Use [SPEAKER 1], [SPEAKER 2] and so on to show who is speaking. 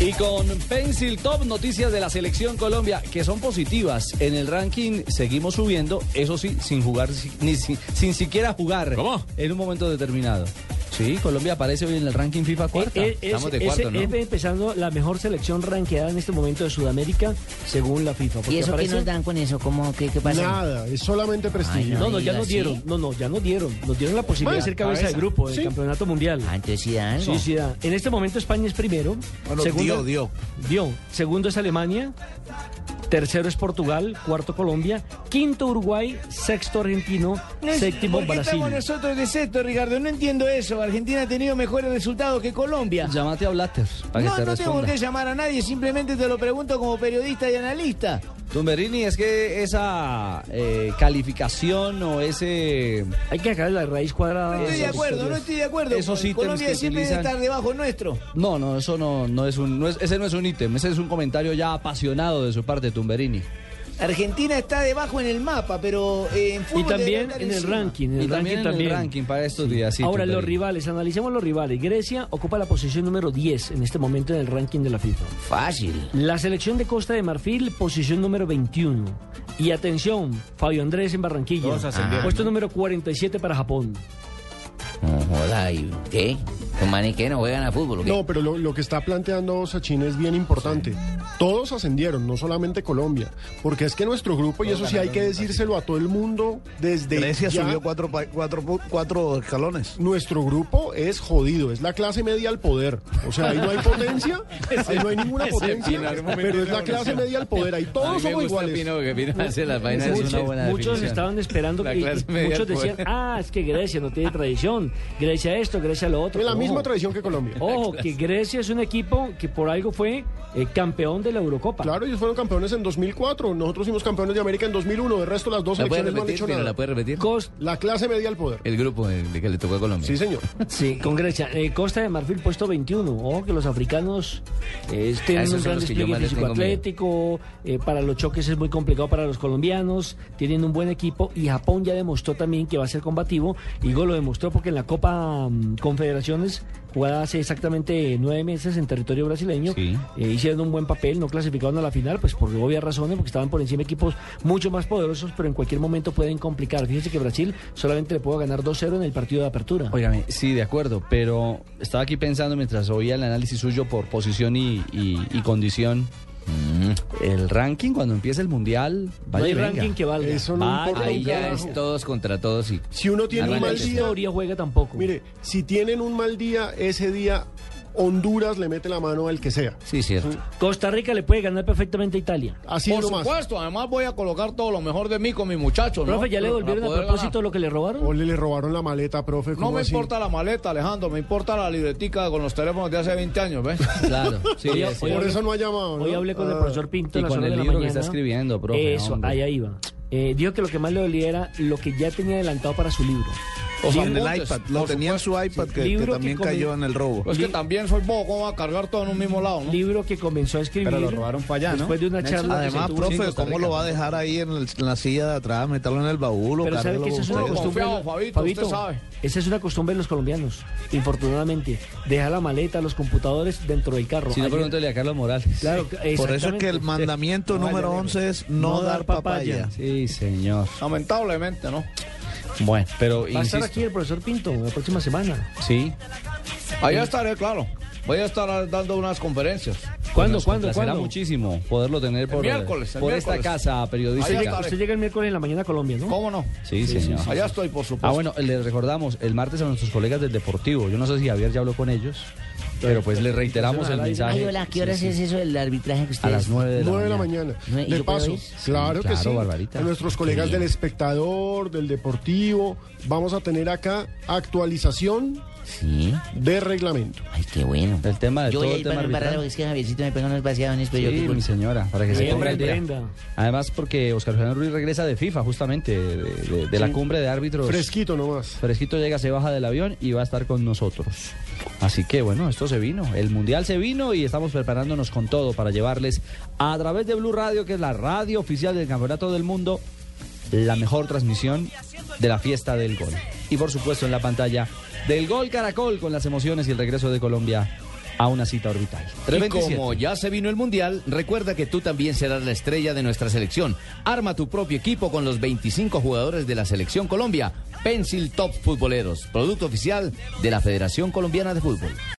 [SPEAKER 1] Y con Pencil Top, noticias de la selección Colombia, que son positivas. En el ranking seguimos subiendo, eso sí, sin jugar, si- ni si- sin siquiera jugar.
[SPEAKER 2] ¿Cómo?
[SPEAKER 1] En un momento determinado. Sí, Colombia aparece hoy en el ranking FIFA cuarta.
[SPEAKER 3] Eh, eh,
[SPEAKER 2] Estamos de
[SPEAKER 3] es-
[SPEAKER 2] cuarto,
[SPEAKER 3] es-
[SPEAKER 2] ¿no?
[SPEAKER 3] es empezando la mejor selección ranqueada en este momento de Sudamérica, según la FIFA. porque
[SPEAKER 4] ¿Y eso qué
[SPEAKER 3] aparece-
[SPEAKER 4] nos dan con eso? ¿Cómo, qué, qué pasa?
[SPEAKER 5] Nada, es solamente prestigio.
[SPEAKER 3] No, no, ya
[SPEAKER 4] Diga,
[SPEAKER 3] nos
[SPEAKER 4] ¿sí?
[SPEAKER 3] dieron. No, no, ya nos dieron. Nos dieron la posibilidad
[SPEAKER 5] Bueno,
[SPEAKER 3] de ser cabeza, de
[SPEAKER 5] cabeza.
[SPEAKER 3] grupo del
[SPEAKER 5] Sí.
[SPEAKER 3] campeonato mundial.
[SPEAKER 4] Ah, entonces sí dan algo.
[SPEAKER 3] Sí, sí, da. En este momento España es primero.
[SPEAKER 2] Bueno, dio, dio.
[SPEAKER 3] Dio. Segundo es Alemania. Tercero es Portugal. Cuarto Colombia. Quinto Uruguay. Sexto Argentino. séptimo
[SPEAKER 6] ¿Por qué
[SPEAKER 3] Brasil.
[SPEAKER 6] estamos nosotros de sexto, Ricardo? No entiendo eso. Argentina ha tenido mejores resultados que Colombia.
[SPEAKER 1] Llámate a Blatter para
[SPEAKER 6] no,
[SPEAKER 1] que te
[SPEAKER 6] no tengo
[SPEAKER 1] responda.
[SPEAKER 6] que llamar a nadie, simplemente te lo pregunto como periodista y analista.
[SPEAKER 1] Tumberini, es que esa eh, calificación o ese...
[SPEAKER 3] Hay que sacar la raíz cuadrada.
[SPEAKER 6] No
[SPEAKER 3] de
[SPEAKER 6] estoy de
[SPEAKER 3] esas
[SPEAKER 6] acuerdo, no
[SPEAKER 3] historias.
[SPEAKER 6] estoy de acuerdo.
[SPEAKER 1] Esos ítems
[SPEAKER 6] Colombia
[SPEAKER 1] que
[SPEAKER 6] siempre debe
[SPEAKER 1] utilizan-
[SPEAKER 6] estar debajo nuestro.
[SPEAKER 1] No, no, eso no, no es un... no es- ese no es un ítem, ese es un comentario ya apasionado de su parte, Tumberini.
[SPEAKER 6] Argentina está debajo en el mapa, pero eh, en fútbol
[SPEAKER 3] Y
[SPEAKER 6] debería
[SPEAKER 3] también
[SPEAKER 6] estar
[SPEAKER 3] en el
[SPEAKER 6] encima.
[SPEAKER 3] ranking. En
[SPEAKER 1] Y
[SPEAKER 3] el
[SPEAKER 1] también
[SPEAKER 3] ranking
[SPEAKER 1] en
[SPEAKER 3] también.
[SPEAKER 1] el ranking para estos días. sí,
[SPEAKER 3] Ahora, los
[SPEAKER 1] Tumberini.
[SPEAKER 3] rivales, analicemos los rivales. Grecia ocupa la posición número 10 en este momento en el ranking de la FIFA.
[SPEAKER 4] Fácil.
[SPEAKER 3] La selección de Costa de Marfil, posición número 21. Y atención, Fabio Andrés en Barranquilla.
[SPEAKER 2] Todos ascendieron,
[SPEAKER 3] Puesto número 47 para Japón.
[SPEAKER 4] No, joda, ¿y qué? ¿Los manes qué? ¿No juegan a fútbol o qué?
[SPEAKER 5] No, pero lo, lo que está planteando Sachin es bien importante. Todos ascendieron, no solamente Colombia, porque es que nuestro grupo, y eso sí hay que decírselo a todo el mundo, desde
[SPEAKER 7] Grecia
[SPEAKER 5] ya,
[SPEAKER 7] subió cuatro, pa- cuatro, pu- cuatro escalones.
[SPEAKER 5] nuestro grupo es jodido, es la clase media al poder. O sea, ahí no hay potencia, ahí no hay ninguna potencia, pero es la clase media al poder, ahí todos somos iguales.
[SPEAKER 2] que Pino hace las
[SPEAKER 1] vainas, es una buena
[SPEAKER 3] Muchos
[SPEAKER 1] definición.
[SPEAKER 3] estaban esperando
[SPEAKER 2] La
[SPEAKER 3] que
[SPEAKER 2] clase
[SPEAKER 3] y
[SPEAKER 2] media
[SPEAKER 3] muchos
[SPEAKER 2] del
[SPEAKER 3] decían,
[SPEAKER 2] poder.
[SPEAKER 3] ah, es que Grecia no tiene tradición, Grecia esto, Grecia lo otro.
[SPEAKER 5] Es la
[SPEAKER 3] Ojo.
[SPEAKER 2] Oh.
[SPEAKER 5] misma tradición que Colombia.
[SPEAKER 3] Ojo, que Grecia es un equipo que por algo fue eh, campeón de la Eurocopa.
[SPEAKER 5] Claro, ellos fueron campeones en 2004, nosotros fuimos campeones de América en 2001, el resto las dos
[SPEAKER 2] ¿La puede
[SPEAKER 5] selecciones no han
[SPEAKER 2] repetir,
[SPEAKER 5] hecho
[SPEAKER 2] Pino?
[SPEAKER 5] nada.
[SPEAKER 2] ¿La Eh, puede repetir?
[SPEAKER 3] Cos-
[SPEAKER 5] La clase media al poder.
[SPEAKER 2] El grupo en el que le tocó a Colombia.
[SPEAKER 5] Sí, señor.
[SPEAKER 3] sí, con Grecia. Eh, Costa de Marfil puesto 21. Ojo, que los africanos eh,
[SPEAKER 2] A
[SPEAKER 3] tienen
[SPEAKER 2] Ah, esos
[SPEAKER 3] un
[SPEAKER 2] son
[SPEAKER 3] gran
[SPEAKER 2] los que yo
[SPEAKER 3] despliegue
[SPEAKER 2] más les
[SPEAKER 3] físico
[SPEAKER 2] tengo miedo.
[SPEAKER 3] atlético. eh, para los choques es muy complicado para los colombianos. Tienen un buen equipo. Y Japón ya demostró también que va a ser combativo. Y lo demostró porque en la Copa mm, Confederaciones, jugada hace exactamente nueve meses en territorio brasileño,
[SPEAKER 2] Sí.
[SPEAKER 3] eh, hicieron un buen papel. No clasificaron a la final, pues por obvias razones, porque estaban por encima equipos mucho más poderosos. Pero en cualquier momento pueden complicar. Fíjense que Brasil solamente le pudo ganar 2-0 en el partido de apertura.
[SPEAKER 1] Óigame, sí, de acuerdo, pero estaba aquí pensando mientras oía el análisis suyo por posición y, y- y condición.
[SPEAKER 2] Mm.
[SPEAKER 1] El ranking cuando empieza el mundial,
[SPEAKER 3] No
[SPEAKER 1] vaya
[SPEAKER 3] hay
[SPEAKER 1] y venga.
[SPEAKER 3] ranking que valga.
[SPEAKER 5] Eso no
[SPEAKER 1] Vale,
[SPEAKER 5] importa
[SPEAKER 2] Ahí
[SPEAKER 5] un
[SPEAKER 2] ya
[SPEAKER 5] carajo.
[SPEAKER 2] es todos contra todos y
[SPEAKER 5] Si uno tiene un
[SPEAKER 3] La
[SPEAKER 5] mal día, Uh.
[SPEAKER 3] historia juega tampoco.
[SPEAKER 5] mire, si tienen un mal día, ese día Honduras le mete la mano al que sea.
[SPEAKER 2] Sí, cierto.
[SPEAKER 3] Costa Rica le puede ganar perfectamente a Italia.
[SPEAKER 5] Así
[SPEAKER 8] Por
[SPEAKER 5] nomás.
[SPEAKER 8] supuesto, además voy a colocar todo lo mejor de mí con mis muchachos. ¿no?
[SPEAKER 3] Profe, ¿ya le
[SPEAKER 8] Para
[SPEAKER 3] volvieron a
[SPEAKER 8] poder
[SPEAKER 3] propósito
[SPEAKER 8] ganar.
[SPEAKER 3] lo que le
[SPEAKER 5] O
[SPEAKER 3] robaron?
[SPEAKER 5] le, le robaron la maleta, profe.
[SPEAKER 8] No
[SPEAKER 5] ¿cómo
[SPEAKER 8] me
[SPEAKER 5] así?
[SPEAKER 8] importa la maleta, Alejandro, me importa la libretica con los teléfonos de hace 20 años, ¿ves?
[SPEAKER 1] Claro, sí,
[SPEAKER 3] Oye,
[SPEAKER 1] es
[SPEAKER 3] oye,
[SPEAKER 1] cierto.
[SPEAKER 5] Por eso no ha llamado. ¿no?
[SPEAKER 3] Hoy hablé con el
[SPEAKER 5] Ah.
[SPEAKER 3] profesor Pinto
[SPEAKER 1] Y
[SPEAKER 3] a las
[SPEAKER 1] con
[SPEAKER 3] horas
[SPEAKER 1] el
[SPEAKER 3] de la
[SPEAKER 1] libro que
[SPEAKER 3] mañana.
[SPEAKER 1] está escribiendo, profe,
[SPEAKER 3] Eso,
[SPEAKER 1] hombre.
[SPEAKER 3] ahí, ahí va. Eh, dijo que lo que más le dolía era lo que ya tenía adelantado para su libro.
[SPEAKER 7] O sea, en
[SPEAKER 8] Libro-
[SPEAKER 7] el iPad. Lo
[SPEAKER 8] por
[SPEAKER 7] tenía en su iPad que- que,
[SPEAKER 3] Libro que
[SPEAKER 7] también
[SPEAKER 3] comen-
[SPEAKER 7] cayó en el robo.
[SPEAKER 8] Es que también soy bobo, ¿cómo va a cargar todo en un mismo lado, no?
[SPEAKER 3] Libro que comenzó a escribir.
[SPEAKER 6] Pero lo robaron pa' allá, ¿no?
[SPEAKER 3] Después de una
[SPEAKER 1] Nelson,
[SPEAKER 3] charla. que se
[SPEAKER 7] Además,
[SPEAKER 3] tuvo-
[SPEAKER 1] sí, en
[SPEAKER 7] profe,
[SPEAKER 1] Costa
[SPEAKER 7] ¿cómo
[SPEAKER 1] Rica.
[SPEAKER 7] lo va a dejar ahí en, el- en la silla de atrás? ¿Meterlo en el baúl o
[SPEAKER 3] Pero sabe
[SPEAKER 7] cargarlo
[SPEAKER 3] que esa es
[SPEAKER 7] con
[SPEAKER 3] una
[SPEAKER 7] ustedes?
[SPEAKER 3] costumbre.
[SPEAKER 8] Confiado, Fabito, usted sabe.
[SPEAKER 3] Esa es una costumbre de los colombianos. Infortunadamente, deja la maleta, los computadores dentro del carro.
[SPEAKER 1] Si no,
[SPEAKER 3] Ayer-
[SPEAKER 1] pregúntale a Carlos Morales.
[SPEAKER 3] Claro,
[SPEAKER 7] Por eso es que el
[SPEAKER 3] exactamente.
[SPEAKER 7] mandamiento número 11 es no,
[SPEAKER 3] No dar
[SPEAKER 7] dar papaya.
[SPEAKER 3] papaya.
[SPEAKER 1] Sí, señor.
[SPEAKER 8] Lamentablemente, ¿no?
[SPEAKER 1] Bueno, pero
[SPEAKER 3] Va a estar
[SPEAKER 1] insisto,
[SPEAKER 3] aquí el profesor Pinto la próxima semana.
[SPEAKER 1] sí.
[SPEAKER 8] Allá estaré, claro. Voy a estar dando unas conferencias.
[SPEAKER 3] ¿Cuándo,
[SPEAKER 1] nos
[SPEAKER 3] cuándo,
[SPEAKER 1] complacerá
[SPEAKER 3] cuándo?
[SPEAKER 1] muchísimo poderlo tener por,
[SPEAKER 8] miércoles, el
[SPEAKER 1] por esta
[SPEAKER 8] miércoles.
[SPEAKER 1] casa
[SPEAKER 8] Ahí
[SPEAKER 1] periodística.
[SPEAKER 8] está.
[SPEAKER 3] Usted llega el miércoles en la mañana a Colombia, ¿no?
[SPEAKER 8] ¿Cómo no?
[SPEAKER 1] Sí, señor.
[SPEAKER 8] Allá estoy, por supuesto.
[SPEAKER 1] Ah, bueno, les recordamos el martes a nuestros colegas del Deportivo. Yo no sé si Javier ya habló con ellos, pero pues les reiteramos el mensaje.
[SPEAKER 4] Ay, hola, ¿qué horas es eso del arbitraje que
[SPEAKER 1] A
[SPEAKER 4] ustedes?
[SPEAKER 1] las 9 de la,
[SPEAKER 5] Nueve de la
[SPEAKER 1] mañana.
[SPEAKER 5] mañana.
[SPEAKER 4] ¿No? ¿Y
[SPEAKER 5] De
[SPEAKER 4] yo puedo
[SPEAKER 5] paso,
[SPEAKER 4] ir?
[SPEAKER 5] claro que
[SPEAKER 1] Claro,
[SPEAKER 5] sí.
[SPEAKER 1] Barbarita.
[SPEAKER 5] A nuestros colegas del espectador, del deportivo, vamos a tener acá actualización
[SPEAKER 4] Sí.
[SPEAKER 5] de reglamento.
[SPEAKER 4] Ay, qué bueno.
[SPEAKER 1] El tema de
[SPEAKER 4] yo
[SPEAKER 1] todo
[SPEAKER 4] voy a
[SPEAKER 1] el
[SPEAKER 4] ir
[SPEAKER 1] tema
[SPEAKER 4] para el
[SPEAKER 1] arbitral.
[SPEAKER 4] porque es que Javiercito me pega unos vaciadones, pero yo
[SPEAKER 1] Sí,
[SPEAKER 4] qué
[SPEAKER 1] mi
[SPEAKER 4] culpa.
[SPEAKER 1] señora, para que se
[SPEAKER 3] Bien,
[SPEAKER 1] ponga el día.
[SPEAKER 3] Brenda.
[SPEAKER 1] Además, porque Oscar Fernando Ruiz regresa de FIFA, justamente, de, de- de la cumbre de árbitros.
[SPEAKER 5] Fresquito nomás.
[SPEAKER 1] Fresquito llega, se baja del avión y va a estar con nosotros. Así que bueno, esto se vino. El Mundial se vino y estamos preparándonos con todo para llevarles a través de Blue Radio, que es la radio oficial del Campeonato del Mundo, la mejor transmisión de la fiesta del gol. Y por supuesto en la pantalla del Gol Caracol con las emociones y el regreso de Colombia a una cita orbital.
[SPEAKER 8] Y como ya se vino el Mundial, recuerda que tú también serás la estrella de nuestra selección. Arma tu propio equipo con los 25 jugadores de la Selección Colombia. Pencil Top Futboleros, producto oficial de la Federación Colombiana de Fútbol.